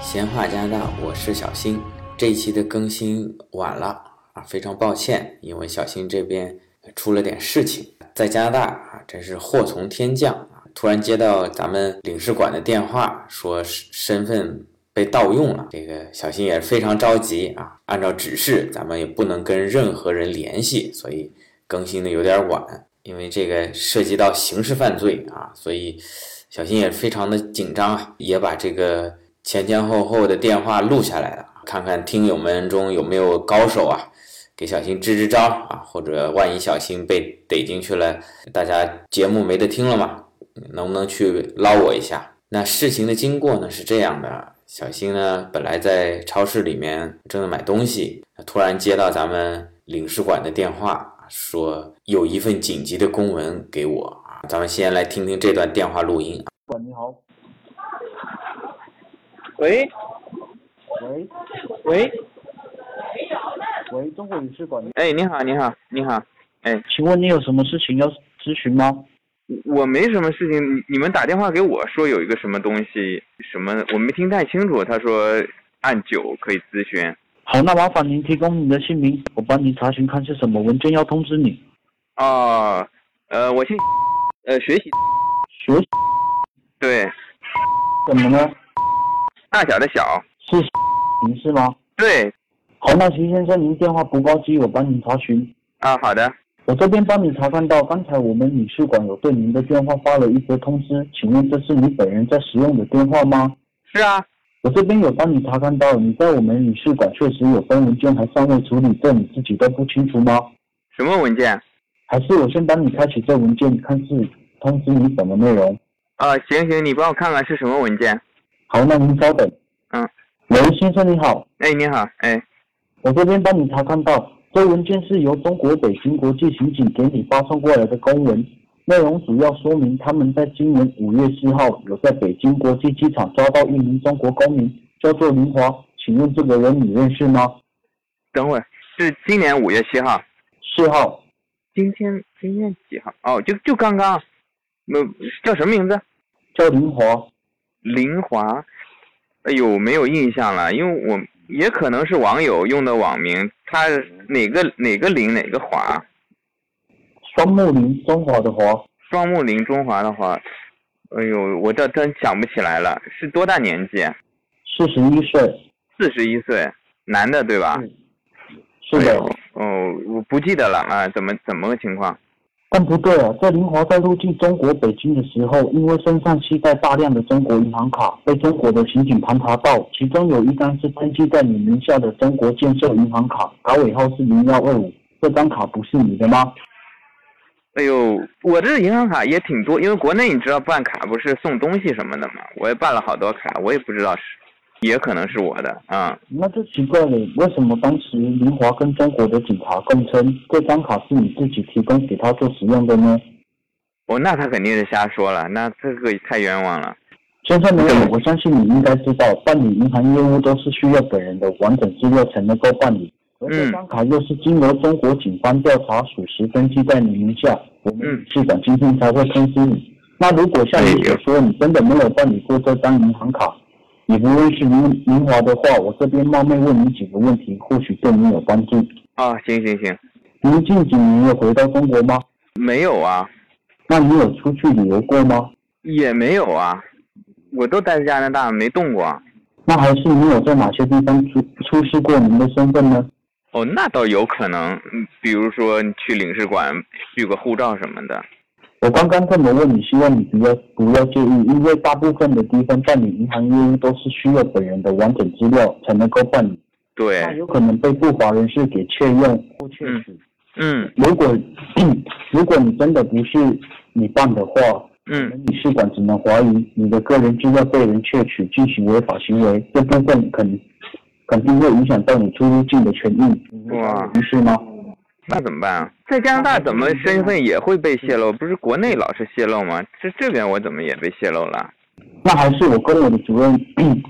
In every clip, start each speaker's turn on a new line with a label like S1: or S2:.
S1: 闲话加拿大，我是小新。这一期的更新晚了啊，非常抱歉，因为小新这边出了点事情，在加拿大啊，真是祸从天降啊！突然接到咱们领事馆的电话，说身身份被盗用了，这个小新也是非常着急啊。按照指示，咱们也不能跟任何人联系，所以更新的有点晚，因为这个涉及到刑事犯罪啊，所以小新也非常的紧张啊，也把这个前前后后的电话录下来了，啊看看听友们中有没有高手啊，给小新支支招啊，或者万一小新被逮进去了，大家节目没得听了嘛，能不能去捞我一下？那事情的经过呢是这样的，小新呢本来在超市里面正在买东西，突然接到咱们领事馆的电话，说有一份紧急的公文给我啊，咱们先来听听这段电话录音啊。
S2: 管你好，
S3: 喂
S2: 喂
S3: 喂，
S2: 喂，中国领事馆，
S3: 哎，你好，你好，你好，
S2: 请问你有什么事情要咨询吗？
S3: 我没什么事情，你你们打电话给我说有一个什么东西，什么我没听太清楚，他说按九可以咨询。
S2: 好，那麻烦您提供你的姓名，我帮您查询看是什么文件要通知你。
S3: 哦，呃，我姓，呃，学习，
S2: 学
S3: 对，
S2: 什么呢？
S3: 大小的小，
S2: 是您是吗？
S3: 对，
S2: 好，那徐先生，您电话不高机，我帮您查询。
S3: 啊，好的，
S2: 我这边帮你查看到，刚才我们领事馆有对您的电话发了一则通知，请问这是你本人在使用的电话吗？
S3: 是啊，
S2: 我这边有帮你查看到，你在我们领事馆确实有份文件还尚未处理，这你自己都不清楚吗？
S3: 什么文件？
S2: 还是我先帮你开启这文件，看是通知你什么内容。
S3: 啊，行行，你帮我看看是什么文件。
S2: 好，那您稍等。
S3: 嗯。
S2: 喂，先生你好，
S3: 哎，你好，哎，
S2: 我这边帮你查看到，这文件是由中国北京国际刑警给你发送过来的公文，内容主要说明他们在今年五月四号有在北京国际机场抓到一名中国公民，叫做林华，请问这个人你认识吗？
S3: 等会儿是今年五月七号，
S2: 四号，
S3: 今天今天几号？哦，就就刚刚，那、叫什么名字？
S2: 叫林华。
S3: 林华，哎呦，没有印象了，因为我也可能是网友用的网名，他哪个哪个林哪个华，
S2: 双木林，中华的华，
S3: 双木林中华的华，哎呦，我这真想不起来了，是多大年纪？
S2: 四十一岁。
S3: 四十一岁，男的对吧？
S2: 嗯是的。
S3: 哎呦哦，我不记得了啊，怎么怎么个情况？
S2: 但不对啊，在林华在入境中国北京的时候，因为身上携带大量的中国银行卡，被中国的刑警盘查到，其中有一张是登记在你名下的中国建设银行卡，卡尾号是零幺二五，这张卡不是你的吗？
S3: 哎呦，我这银行卡也挺多，因为国内你知道办卡不是送东西什么的嘛，我也办了好多卡，我也不知道是，也可能是我的啊。嗯
S2: 那就奇怪了，为什么当时林华跟中国的警察供称这张卡是你自己提供给他做使用的呢？
S3: 哦，那他肯定是瞎说了，那这个也太冤枉了。
S2: 先生没有，我相信你应该知道，办理银行业务都是需要本人的完整资料才能够办理。而这张卡又是经由中国警方调查属实登记在你名下，我们
S3: 嗯
S2: 市长今天才会通知你。那如果像你所说，你真的没有办理过这张银行卡，你不认识林林华的话，我这边冒昧问你几个问题，或许对你有帮助。
S3: 啊，行行行，
S2: 您近几年有回到中国吗？
S3: 没有啊，
S2: 那你有出去旅游过吗？
S3: 也没有啊，我都待在加拿大没动过。
S2: 那还是你有在哪些地方出出示过您的身份呢？
S3: 哦，那倒有可能，嗯比如说你去领事馆续个护照什么的。
S2: 我刚刚这么问你，希望你不要不要介意，因为大部分的地方办理银行业务都是需要本人的完整资料才能够办理，
S3: 对，
S2: 那有可能被不法人士给窃用或窃取。
S3: 嗯
S2: 如果嗯如果你真的不是你办的话，
S3: 嗯，
S2: 领事馆只能怀疑你的个人资料被人窃取，进行违法行为，这部分肯肯定会影响到你出入境的权益。
S3: 哇，
S2: 你是吗？
S3: 那怎么办啊？在加拿大怎么身份也会被泄露？不是国内老是泄露吗？这这边我怎么也被泄露了？
S2: 那还是我跟我的主任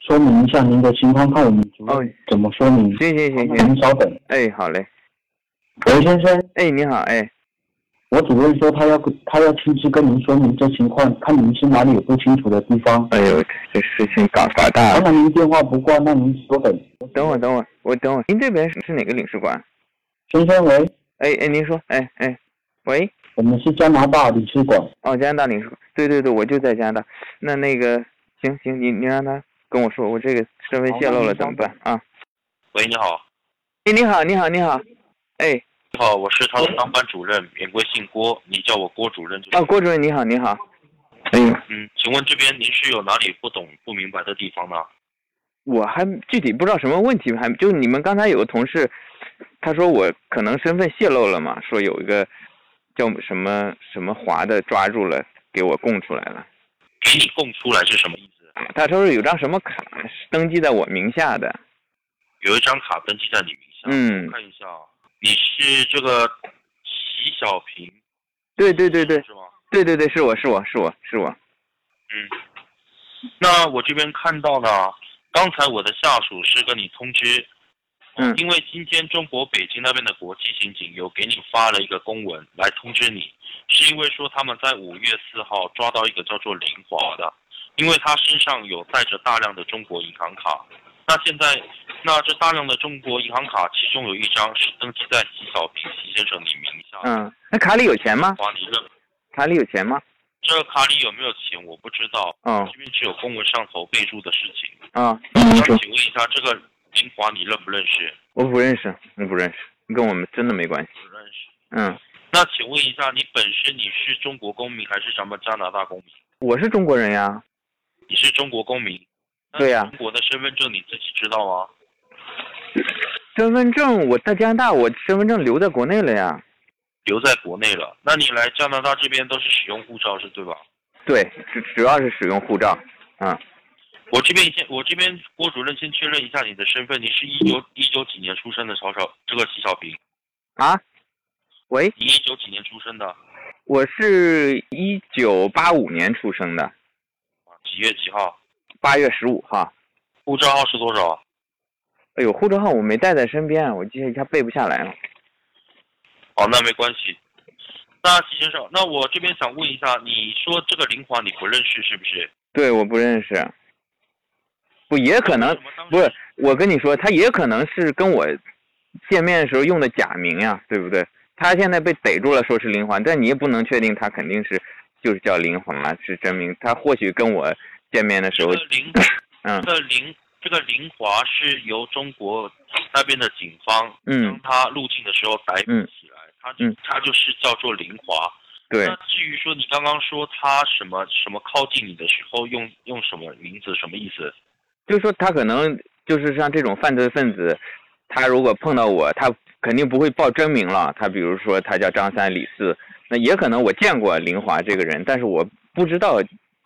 S2: 说明一下您的情况，看我们主
S3: 哦
S2: 任怎么说明。
S3: 行行行
S2: 那
S3: 行，
S2: 您稍等，
S3: 哎，好嘞，
S2: 韦先生，
S3: 哎，你好，哎，
S2: 我主任说他要他要亲自跟您说明这情况，看您是哪里有不清楚的地方。
S3: 哎呦，这事情搞搞大
S2: 当
S3: 了。
S2: 然您电话不挂，那您说本
S3: 等会儿，等会儿，我等会儿。您这边是是哪个领事馆？
S2: 先生喂，
S3: 哎哎，您说，哎哎，喂，
S2: 我们是加拿大领事馆。
S3: 哦，加拿大领事馆。对对对，我就在加拿大。那那个，行行，您您让他跟我说，我这个身份
S2: 好
S3: 泄
S2: 那
S3: 露
S2: 您
S3: 了怎么
S2: 稍等
S3: 办啊？
S4: 喂，你好，
S3: 哎，你好，你好，你好。哎，
S4: 你好，我是他的当班主任，免贵姓郭，你叫我郭主任就行。
S3: 啊，郭主任你好，你好。哎呦，
S4: 嗯，请问这边您是有哪里不懂、不明白的地方呢？
S3: 我还具体不知道什么问题，还就你们刚才有个同事，他说我可能身份泄露了嘛，说有一个叫什么什么华的抓住了，给我供出来了。
S4: 给你供出来是什么意思？
S3: 他说有张什么卡是登记在我名下的，
S4: 有一张卡登记在你名下，
S3: 嗯
S4: 我看一下啊，你是这个齐小平，
S3: 对对对对
S4: 是吗？
S3: 对对对，是我是我是我是我，
S4: 嗯，那我这边看到了，啊刚才我的下属是跟你通知，
S3: 嗯
S4: 因为今天中国北京那边的国际刑警有给你发了一个公文来通知你，是因为说他们在五月四号抓到一个叫做林华的，因为他身上有带着大量的中国银行卡，那现在那这大量的中国银行卡，其中有一张是登记在齐小平齐先生你名下，，
S3: 嗯，那卡里有钱吗？
S4: 华你认
S3: 卡里有钱吗？
S4: 这个卡里有没有钱我不知道，
S3: 哦
S4: 这边只有公文上头备注的事情。
S3: 啊，
S4: 那
S3: 你
S4: 请
S3: 说
S4: 问一下，这个林华你认不认识？
S3: 我不认识，我不认识，跟我们真的没关系。
S4: 不认识。
S3: 嗯，
S4: 那请问一下，你本身你是中国公民还是咱们加拿大公民？
S3: 我是中国人呀，
S4: 你是中国公民。那
S3: 对呀
S4: 中国的身份证你自己知道吗？
S3: 身份证我在加拿大，我身份证留在国内了呀。
S4: 留在国内了，那你来加拿大这边都是使用护照是对吧？
S3: 对，主主要是使用护照。嗯，
S4: 我这边先，我这边郭主任先确认一下你的身份，你是一九一九几年出生的，曹少这个齐小平，
S3: 啊，喂，
S4: 你一九几年出生的？
S3: 我是一九八五年出生的，
S4: 啊几月几号？
S3: 八月十五号。
S4: 护照号是多少？
S3: 哎呦，护照号我没带在身边，我记一下背不下来了。
S4: 哦，那没关系。那齐先生，那我这边想问一下，你说这个林华你不认识是不是？
S3: 对，我不认识。不，也可能
S4: 为什么当时
S3: 不是。我跟你说，他也可能是跟我见面的时候用的假名呀，对不对？他现在被逮住了，说是林环，但你也不能确定他肯定是就是叫林环啊，是真名。他或许跟我见面的时
S4: 这
S3: 候
S4: 个，林，
S3: 嗯
S4: 这个林，这个林华是由中国那边的警方
S3: 嗯
S4: 当，他入境的时候逮捕
S3: 嗯
S4: 起来，他就
S3: 嗯
S4: 他就是叫做林华。
S3: 对
S4: 那，至于说你刚刚说他什么什么靠近你的时候用用什么名字，什么意思？
S3: 就是说他可能就是像这种犯罪分子，他如果碰到我，他肯定不会报真名了。他比如说他叫张三李四，那也可能我见过林华这个人，但是我不知道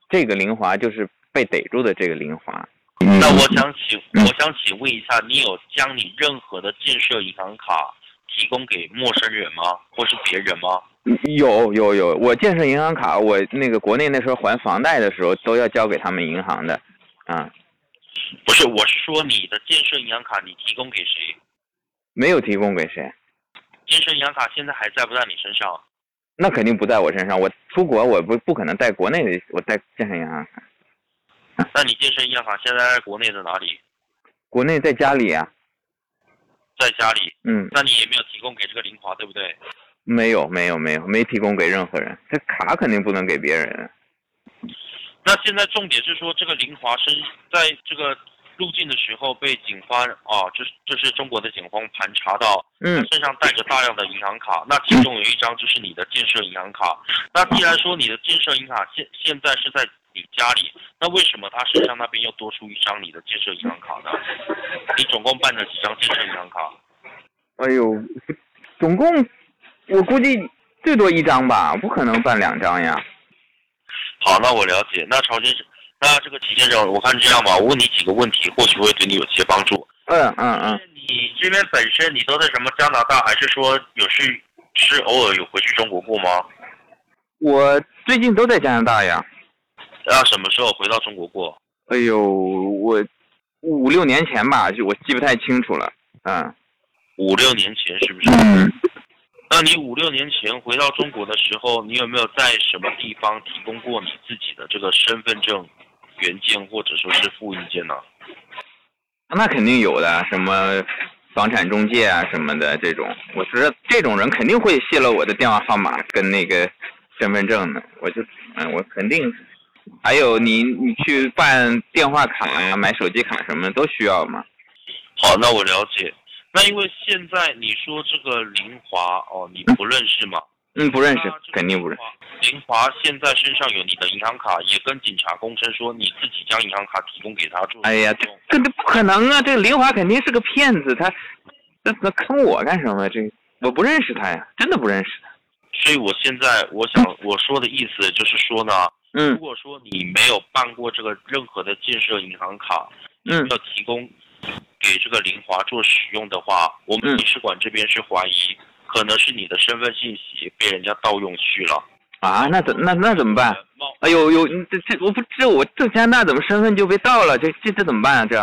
S3: 这个林华就是被逮住的这个林华。
S4: 那我想请，
S3: 嗯
S4: 我想请问一下，你有将你任何的建设银行卡提供给陌生人吗，或是别人吗？
S3: 嗯有有有，我建设银行卡，我那个国内那时候还房贷的时候都要交给他们银行的，啊，
S4: 不是，我是说你的建设银行卡你提供给谁？
S3: 没有提供给谁，
S4: 建设银行卡现在还在不在你身上？
S3: 那肯定不在我身上。我出国我不不可能带国内的，我带建设银行卡，
S4: 那你建设银行卡啊现在在国内的哪里？
S3: 国内在家里啊，
S4: 在家里？
S3: 嗯，
S4: 那你也没有提供给这个林华，对不对？
S3: 没有，没有，没有，没提供给任何人。这卡肯定不能给别人。
S4: 那现在重点是说，这个林华是在这个入境的时候被警方啊，这是这是中国的警方盘查到，
S3: 嗯，
S4: 身上带着大量的银行卡，那其中有一张就是你的建设银行卡。那既然说你的建设银行卡现现在是在你家里，那为什么他身上那边又多出一张你的建设银行卡呢？你总共办了几张建设银行卡？
S3: 哎呦，总共我估计最多一张吧，不可能办两张呀。
S4: 好，那我了解。那曹先生，那这个齐先生，我看这样吧，我问你几个问题，或许会对你有些帮助。
S3: 嗯嗯嗯，
S4: 你这边本身你都在什么加拿大，还是说有是是偶尔有回去中国过吗？
S3: 我最近都在加拿大呀。
S4: 那什么时候回到中国过？
S3: 哎呦，我五六年前吧，就我记不太清楚了。嗯
S4: 五六年前是不是？
S3: 嗯，
S4: 那那你五六年前回到中国的时候，你有没有在什么地方提供过你自己的这个身份证原件或者说是复印件呢？
S3: 那肯定有的，什么房产中介啊什么的这种，我觉得这种人肯定会泄露我的电话号码跟那个身份证的，我就嗯，我肯定。还有你你去办电话卡呀、买手机卡什么都需要嘛？
S4: 好，那我了解。那因为现在你说这个林华哦，你不认识吗？
S3: 嗯，不认识
S4: 那这，个
S3: 肯定不认识。
S4: 林华现在身上有你的银行卡，也跟警察供称说你自己将银行卡提供给他做
S3: 哎呀，这
S4: 用
S3: 这这不可能啊！这个林华肯定是个骗子，他那那坑我干什么？这个我不认识他呀，真的不认识他。
S4: 所以我现在我想我说的意思就是说呢，如
S3: 嗯
S4: 果说你没有办过这个任何的建设银行卡，
S3: 嗯
S4: 要提供给这个林华做使用的话，我们
S3: 嗯
S4: 领事馆这边是怀疑，可能是你的身份信息被人家盗用去了。呃
S3: 啊，那怎那那怎么办？
S4: 冒
S3: 哎呦呦，你这这我不这我这加拿大怎么身份就被盗了？这这这怎么办啊？这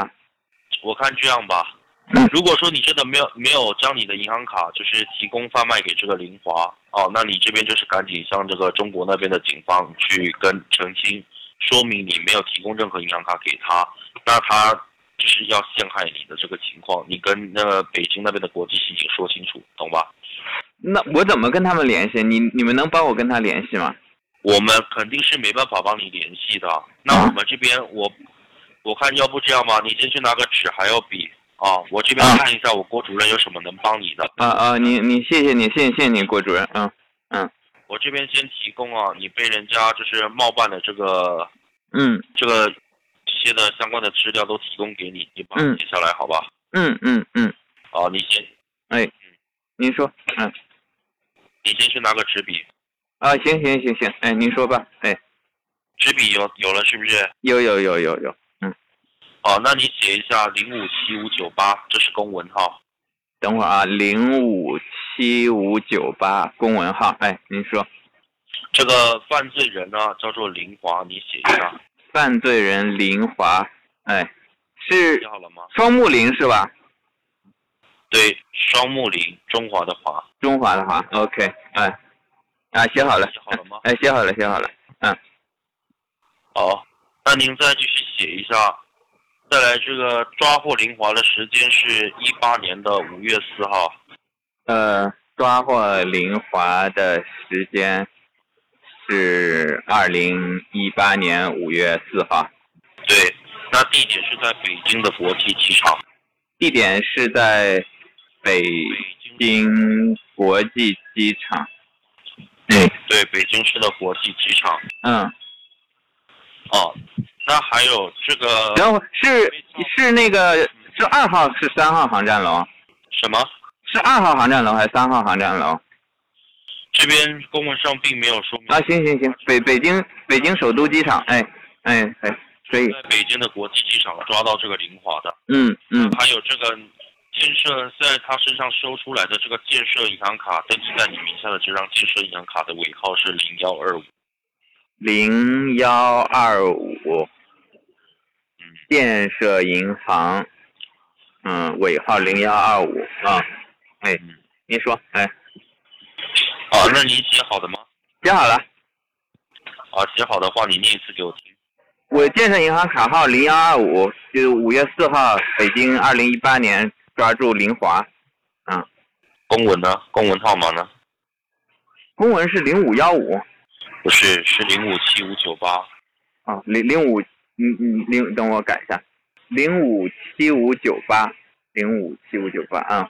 S4: 我看这样吧
S3: 嗯，
S4: 如果说你真的没有没有将你的银行卡就是提供贩卖给这个林华哦，那你这边就是赶紧向这个中国那边的警方去跟澄清，说明你没有提供任何银行卡给他，那他就是要陷害你的这个情况，你跟那个北京那边的国际刑警说清楚，懂吧？
S3: 那我怎么跟他们联系？你你们能帮我跟他联系吗？
S4: 我们肯定是没办法帮你联系的。那我们这边我，我看要不这样吧，你先去拿个纸还有笔啊，我这边
S3: 啊
S4: 看一下我郭主任有什么能帮你的。
S3: 啊啊，你你谢谢你谢谢谢谢你郭主任，嗯
S4: 我这边先提供啊，你被人家就是冒办的这个
S3: 嗯
S4: 这个一些的相关的资料都提供给你，你把
S3: 嗯
S4: 它写下来好吧？
S3: 嗯嗯嗯，
S4: 啊，你先
S3: 您说，嗯
S4: 你先去拿个纸笔，
S3: 啊行行行行，哎您说吧，哎
S4: 纸笔有有了是不是？
S3: 有有有有有，
S4: 啊，那你写一下零五七五九八，这是公文号。
S3: 等会儿啊零五七五九八公文号，哎您说，
S4: 这个犯罪人呢叫做林华，你写一下，
S3: 犯罪人林华，哎是
S4: 写好了吗？
S3: 双木林是吧？
S4: 对，双木林，中华的华。
S3: 中华的话，OK，哎，啊，写好了，
S4: 写好了吗
S3: 哎，写好了，写好了，
S4: 好，那您再继续写一下。再来，这个抓获林华的时间是一八年的五月四号。
S3: 呃，抓获林华的时间是二零一八年五月四号，
S4: 对，那地点是在北京的国际机场。
S3: 地点是在北
S4: 北京
S3: 京国际机场。哎，
S4: 对，北京市的国际机场。
S3: 嗯，
S4: 哦，那还有这个
S3: 然后是是那个是二号是三号航站楼，
S4: 什么？
S3: 是二号航站楼还是三号航站楼？
S4: 这边公文上并没有说明
S3: 啊，行行行，北北京北京首都机场，哎哎哎，可以，
S4: 在北京的国际机场抓到这个林华的。
S3: 嗯嗯
S4: 还有这个建设在他身上搜出来的这个建设银行卡，登记在你名下的这张建设银行卡的尾号是零幺二五。
S3: 零幺二五
S4: 嗯，
S3: 建设银行，嗯，尾号零幺二五啊，哎
S4: 嗯，
S3: 您说，哎，
S4: 啊，那你写好的吗？
S3: 写好了，
S4: 啊，写好的话你念一次给我听。
S3: 我建设银行卡号零幺二五，就是五月四号，北京二零一八年抓住林华，
S4: 公文呢？公文号码呢？
S3: 公文是零五幺五
S4: 不是，是零五七五九八。
S3: 啊，零零五，嗯嗯，零，等我改一下，零五七五九八，零五七五九八啊，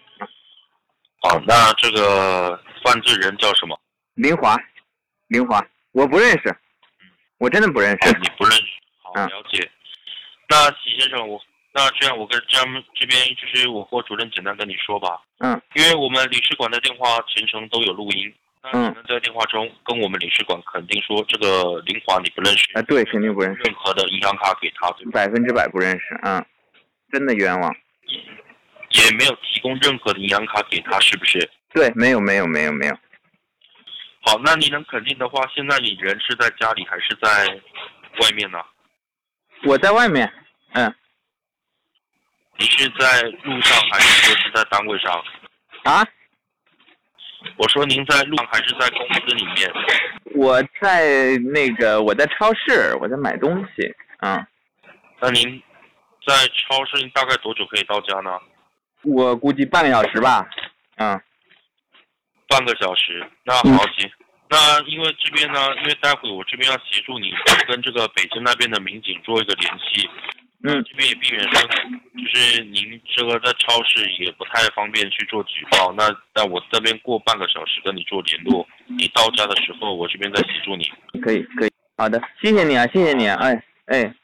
S4: 啊，那这个犯罪人叫 什么？
S3: 林华，林华，我不认识，我真的不认
S4: 啊
S3: 识。，
S4: 你不认识。好，
S3: 嗯
S4: 了解。那许先生，我那这样，我跟咱们这边就是我和主任简单跟你说吧。
S3: 嗯。
S4: 因为我们领事馆的电话全程都有录音，那
S3: 嗯
S4: 你们在电话中跟我们领事馆肯定说这个林华你不认识
S3: 啊，对，肯定不认识，
S4: 任何的银行卡给他，对吧？
S3: 百分之百不认识，嗯，真的冤枉。
S4: 也没有提供任何的银行卡给他，是不是？
S3: 对，没有没有没有没有，
S4: 好，那你能肯定的话，现在你人是在家里还是在外面呢？
S3: 我在外面，嗯
S4: 你是在路上还是说是在单位上？
S3: 啊，
S4: 我说您在路上还是在公司里面？
S3: 我在那个我在超市，我在买东西，嗯，
S4: 那您在超市大概多久可以到家呢？
S3: 我估计半个小时吧，嗯，
S4: 半个小时。那好，行。那因为这边呢，因为待会我这边要协助你跟这个北京那边的民警做一个联系，那
S3: 嗯
S4: 这边也避免说，就是您这个在超市也不太方便去做举报。那那我这边过半个小时跟你做联络，你到家的时候我这边再协助你。
S3: 可以可以，好的，谢谢你啊，谢谢你啊，哎哎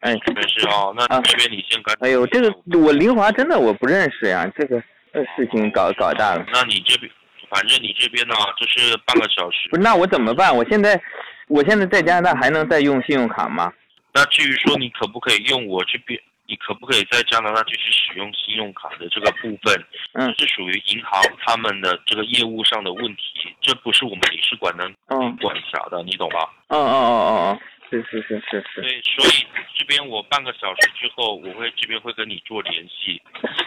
S3: 哎，
S4: 没事啊，那
S3: 啊
S4: 这边你先赶紧。
S3: 哎呦，这个我林华真的我不认识呀、这个呃事情搞搞大了。
S4: 那你这边，反正你这边呢，就是半个小时
S3: 不。是，那我怎么办？我现在，我现在在加拿大还能再用信用卡吗？
S4: 那至于说你可不可以用我这边，你可不可以在加拿大继续使用信用卡的这个部分，
S3: 嗯
S4: 这是属于银行他们的这个业务上的问题，这不是我们领事馆能
S3: 嗯，
S4: 管辖的，你懂吧？
S3: 哦哦哦哦哦，是是是是是，
S4: 对，所以这边我半个小时之后，我会这边会跟你做联系，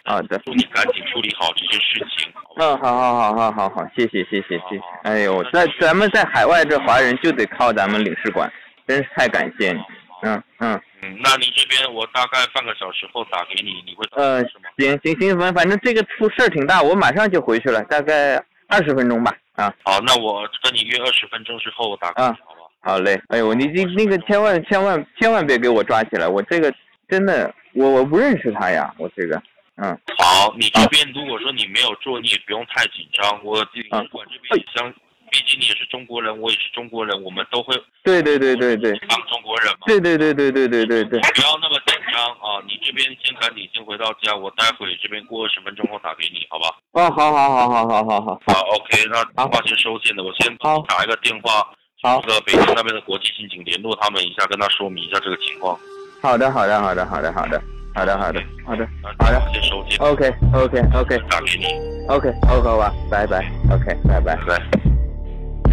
S3: 好的。
S4: 祝你赶紧处理好这些事情，好吧？
S3: 嗯，好好好好好好，谢谢谢谢谢谢
S4: 好好。
S3: 哎呦，在咱们在海外这华人就得靠咱们领事馆，真是太感谢你。嗯嗯，
S4: 嗯，那你这边我大概半个小时后打给你，你会打
S3: 呃
S4: 是吗？
S3: 行行行，反反正这个出事儿挺大，我马上就回去了，大概二十分钟吧。啊，
S4: 好，那我跟你约二十分钟之后我打给你，
S3: 啊
S4: 好吧？
S3: 好嘞。哎呦，你你那个千万千万千万别给我抓起来，我这个真的我我不认识他呀，我这个嗯。
S4: 好，你这边如果说你没有做，你也不用太紧张。我
S3: 啊
S4: 领事馆这边也相，毕竟你也是中国人，我也是中国人，我们都会
S3: 对对对对对
S4: 帮中国人嘛。
S3: 对对对对对对对对，
S4: 不要那么紧张啊！你这边先赶紧先回到家，我待会这边过二十分钟后打给你，好吧？
S3: 哦，好好好好好好好
S4: 好，OK，那电话先收线了，我先
S3: 好
S4: 打一个电话，
S3: 好
S4: 这个北京那边的国际刑警联络他们一下，跟他说明一下这个情况。
S3: 好的好的好的好的好的好的好的好的
S4: 那
S3: 好的
S4: 电话先收线，
S3: ，OK OK OK
S4: 打给你，
S3: OK OK 吧，拜拜 OK 拜拜
S4: 拜。拜。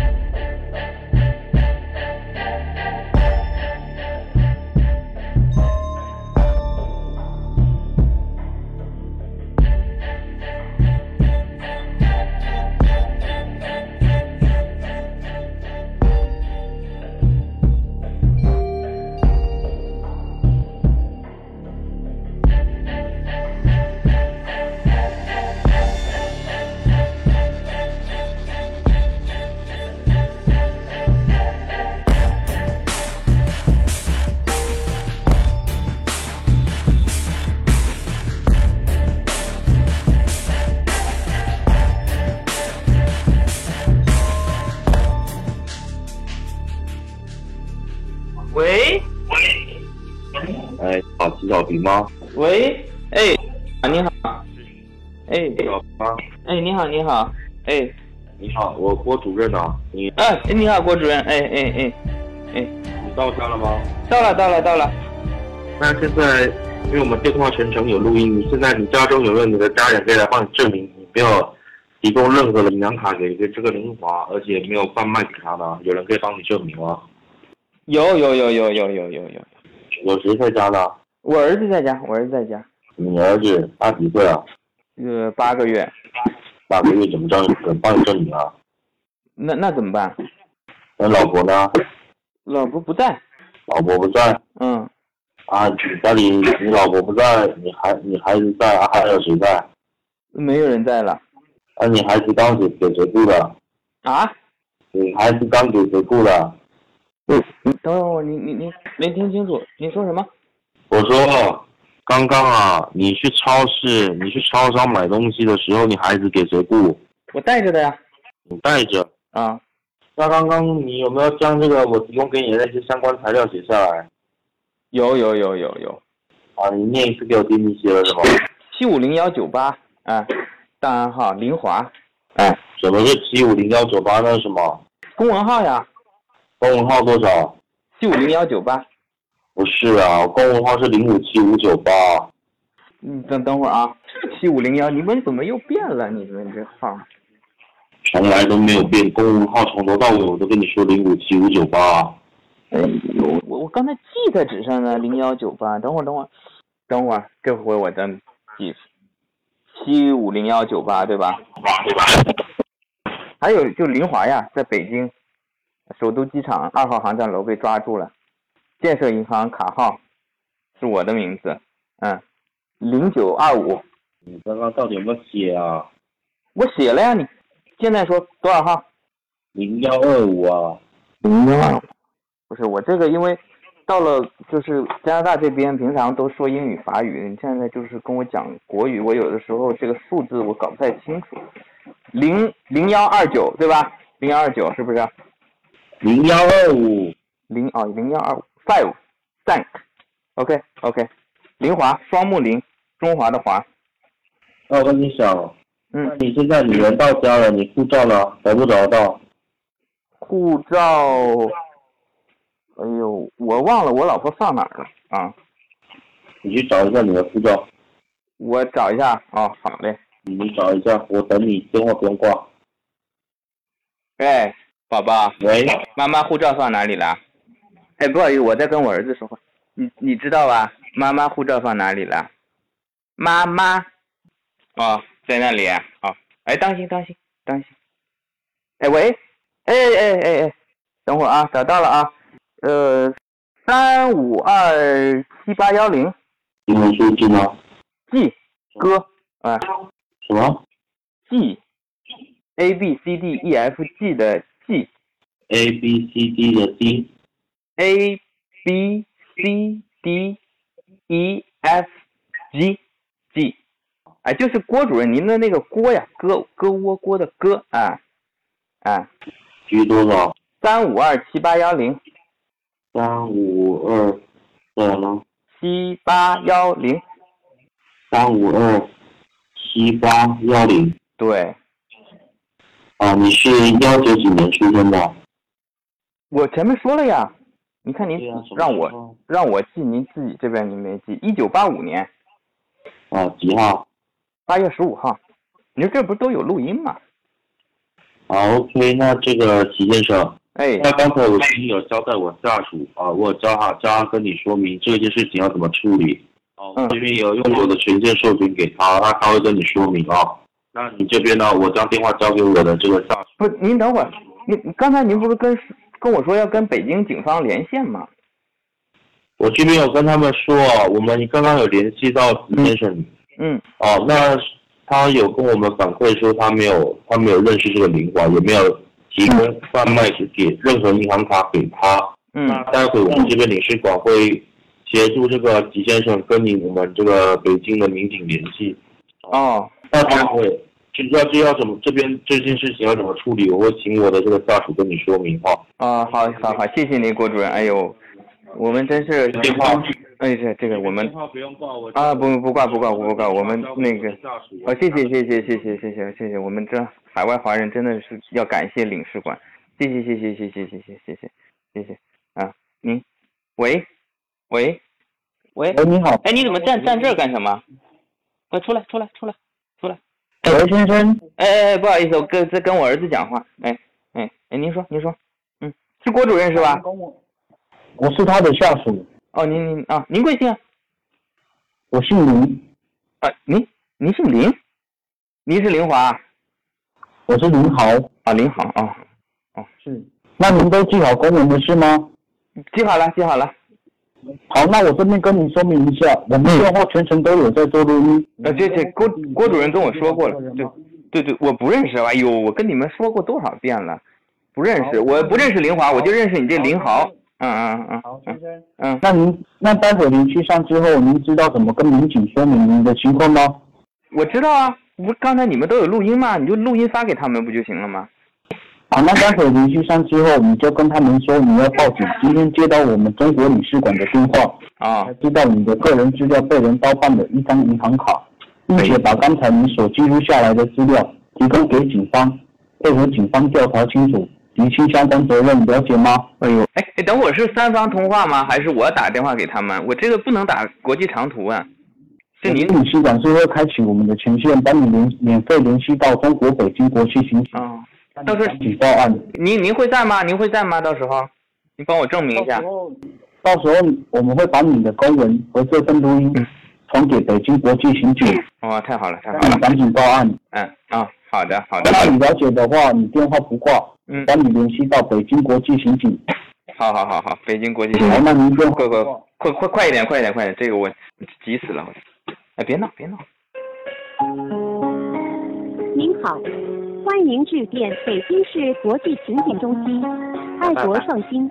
S3: 喂
S5: 哎，好，徐小平吗？
S3: 喂，哎，啊你好，哎
S5: 小平吗？
S3: 哎你好你好，哎
S5: 你好，我郭主任呢、啊你
S3: 哎你好郭主任，哎哎哎哎，
S5: 你到家了吗？
S3: 到了到了到了，
S5: 那现在，因为我们电话全程有录音，你现在你家中有没有你的家人可以来帮你证明你没有提供任何的银行卡给这个林华，而且没有贩卖给他呢？有人可以帮你证明啊吗？
S3: 有有有有有有有有，
S5: 有谁在家呢？
S3: 我儿子在家，我儿子在家，
S5: 你儿子他几岁啊？
S3: 呃八个月，
S5: 八个月怎么证怎么帮你证明啊？
S3: 那那怎么办？
S5: 那老婆呢？
S3: 老婆不在，
S5: 老婆不在
S3: 嗯，
S5: 啊？你家里你老婆不在，你孩你孩子在，啊、还有谁在？
S3: 没有人在了
S5: 那、你孩子刚给给谁雇的？
S3: 啊？
S5: 你孩子刚给谁雇的？
S3: 等会儿，你你你没听清楚，你说什么？
S5: 我说，刚刚啊，你去超市，你去超商买东西的时候，你孩子给谁雇？
S3: 我带着的呀。
S5: 你带着。
S3: 啊，
S5: 那刚刚你有没有将这个我提供给你的那些相关材料写下来？
S3: 有有有有有，
S5: 啊，你念一次给我听，你写了什么？
S3: 七五零幺九八，啊，档案号林华，哎，
S5: 什么是七五零幺九八？那是什么？
S3: 公文号呀，
S5: 公文号多少？
S3: 七五零幺九八。
S5: 不是啊，公文号是零五七五九八。
S3: 你等等会儿啊，七五零幺，你们怎么又变了？你们这号？
S5: 从来都没有变，公文号从头到尾我都跟你说零五七五九八。
S3: 哎呦，我我刚才记在纸上呢，零幺九八。等会儿，等会儿，等会儿，这回我真记，七五零幺九八对吧？
S5: 对吧？
S3: 哎还有就林华呀，在北京首都机场二号航站楼被抓住了，建设银行卡号是我的名字，嗯，零九二五，
S5: 你刚刚到底有没有写啊？
S3: 我写了呀，你现在说多少号？
S5: 零幺二五啊，
S3: 零幺二五，不是我这个，因为到了就是加拿大这边，平常都说英语、法语，你现在就是跟我讲国语，我有的时候这个数字我搞不太清楚。零零幺二九对吧？零幺二九是不是？
S5: 零幺二五，
S3: 零哦零幺二五 five thank OK OK，林华双木林中华的华，
S5: 那我跟你讲，那
S3: 嗯，
S5: 你现在你人到家了，你护照呢？找不找得到？
S3: 护照，哎呦，我忘了我老婆放哪儿了啊，
S5: 你去找一下你的护照，
S3: 我找一下哦，好嘞。
S5: 你找一下，我等你，电话不用挂。
S3: 哎，宝宝，
S5: 喂，
S3: 妈妈护照放哪里了？哎，不好意思，我在跟我儿子说话。你你知道吧？妈妈护照放哪里了？妈妈。哦，在那里啊。哦，哎，当心当心当心。哎喂，哎哎哎哎，等会儿啊，找到了啊。呃，三五二七八幺零
S5: 你能数字吗？
S3: G 哥啊、
S5: 什么
S3: G A B C D E F G 的 G
S5: ？A B C D 的 D
S3: A B C D E F G G，哎，就是郭主任您的那个郭呀，哥哥窝郭的哥啊啊，
S5: G 多少？
S3: 三五二七八幺零
S5: 三五二，多少呢？
S3: 七八幺零，
S5: 三五二七八幺零
S3: 对
S5: 啊，你是幺九几年出生的？
S3: 我前面说了呀，你看您
S5: 对啊什么
S3: 让我
S5: 时候
S3: 让我记，您自己这边您没记，一九八五年
S5: 啊几号？
S3: 八月十五号，您这不是都有录音吗？
S5: 啊，OK，那这个齐先生，
S3: 哎，
S5: 那刚才我已经有交代我下属啊，我有交他叫他跟你说明这件事情要怎么处理。哦，
S3: 嗯
S5: 我这边有用我的权限授权给他，他他会跟你说明啊。那你这边呢？我将电话交给我的这个下属。
S3: 不，您等会儿，您刚才您不是跟跟我说要跟北京警方连线吗？
S5: 我这边有跟他们说，啊我们刚刚有联系到齐先生，
S3: 嗯，
S5: 哦，那他有跟我们反馈说他没有，他没有认识这个灵华，也没有提供贩卖给任何银行卡给他。
S3: 嗯
S5: 那待会我们这边领事馆会协助这个吉先生跟你我们这个北京的民警联系。
S3: 哦，
S5: 那他们会就要就要怎么这边这件事情要怎么处理，我会请我的这个下属跟你说明哈。
S3: 啊，好，好，好，谢谢您，郭主任。哎呦，我们真是
S5: 电话，
S3: 哎，这这个我们
S5: 话不用挂，我
S3: 啊，不不挂不挂不挂，我们那个，
S5: 下属
S3: 哦，谢谢谢谢谢谢谢谢谢谢，我们这海外华人真的是要感谢领事馆，谢谢谢谢谢谢谢谢谢谢谢谢啊，您，喂，喂，喂，
S2: 喂，你好，
S3: 哎，你怎么站站这儿干什么？快出来出来出来出来！
S2: 喂先生，
S3: 哎哎哎，不好意思，我跟在跟我儿子讲话。哎哎哎，您说您说，嗯，是郭主任是吧？
S2: 我是他的下属，
S3: 哦，您您啊，您贵姓啊？
S2: 我姓林，
S3: 啊，您您姓林？您是林华啊
S2: 我是林豪。
S3: 啊？林好啊，
S2: 是，那您都记好公文的事吗？
S3: 记好了记好了。
S2: 好，那我这边跟你说明一下，我们电话全程都有在做录音。
S3: 呃，这这郭
S2: 嗯
S3: 郭主任跟我说过了，对对对，我不认识。哎呦，我跟你们说过多少遍了，不认识，我不认识林华，我就认识你这林豪。嗯嗯嗯
S2: 好，
S3: 嗯
S2: 先生。
S3: 嗯，
S2: 那您那待会您去上之后，您知道怎么跟民警说明您的情况吗？
S3: 我知道啊，不是刚才你们都有录音吗？你就录音发给他们不就行了吗？
S2: 好，那待会您去上之后，你就跟他们说你要报警，今天接到我们中国领事馆的电话，
S3: 啊、
S2: 才知道你的个人资料被人盗办了一张银行卡，并且把刚才你所记录下来的资料提供给警方，配合警方调查清楚，厘清相关责任，了解吗？哎呦，
S3: 哎哎，等会儿是三方通话吗？还是我打电话给他们？我这个不能打国际长途啊。是您
S2: 领事馆是会开启我们的权限，帮你联免费联系到中国北京国际刑警
S3: 啊、到时候
S2: 举报案。
S3: 您您会在吗？您会在吗？到时候，您帮我证明一下。
S2: 到时候我们会把你的公文和这份
S3: 嗯
S2: 录音传给北京国际刑警，
S3: 哦，太好了，太好
S2: 让你
S3: 了。
S2: 赶紧报案。
S3: 嗯啊、好的，好的，
S2: 那你了解的话，你电话不挂，
S3: 嗯，
S2: 帮你联系到北京国际刑警。
S3: 好好好好，北京国际刑
S2: 好，
S3: 警，
S2: 那您电话
S3: 快快
S2: 不挂。
S3: 快快快一点，快一点，快一点，这个我急死了，我，哎，别闹，别闹，
S6: 您好，欢迎致电北京市国际刑警中心，爱国创新，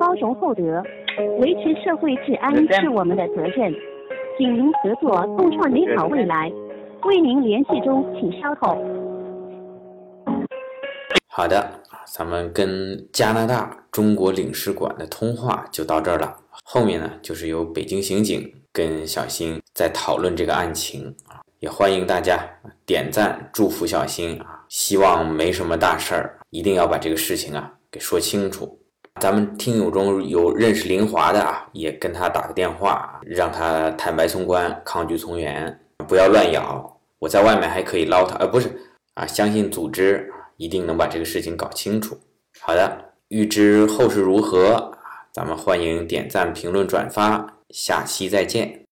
S6: 包容厚德，维持社会治安是我们的责任，请您合作共创美好未来。为您联系中，请稍后。
S1: 好的，啊咱们跟加拿大中国领事馆的通话就到这儿了。后面呢，就是由北京刑警跟小新在讨论这个案情啊，也欢迎大家点赞祝福小新啊，希望没什么大事儿，一定要把这个事情啊给说清楚。咱们听友中有认识林华的啊，也跟他打个电话，让他坦白从宽，抗拒从严，不要乱咬。我在外面还可以捞他，呃，不是啊，相信组织一定能把这个事情搞清楚。好的，预啊知后事如何，咱们欢迎点赞、评论、转发，下期再见。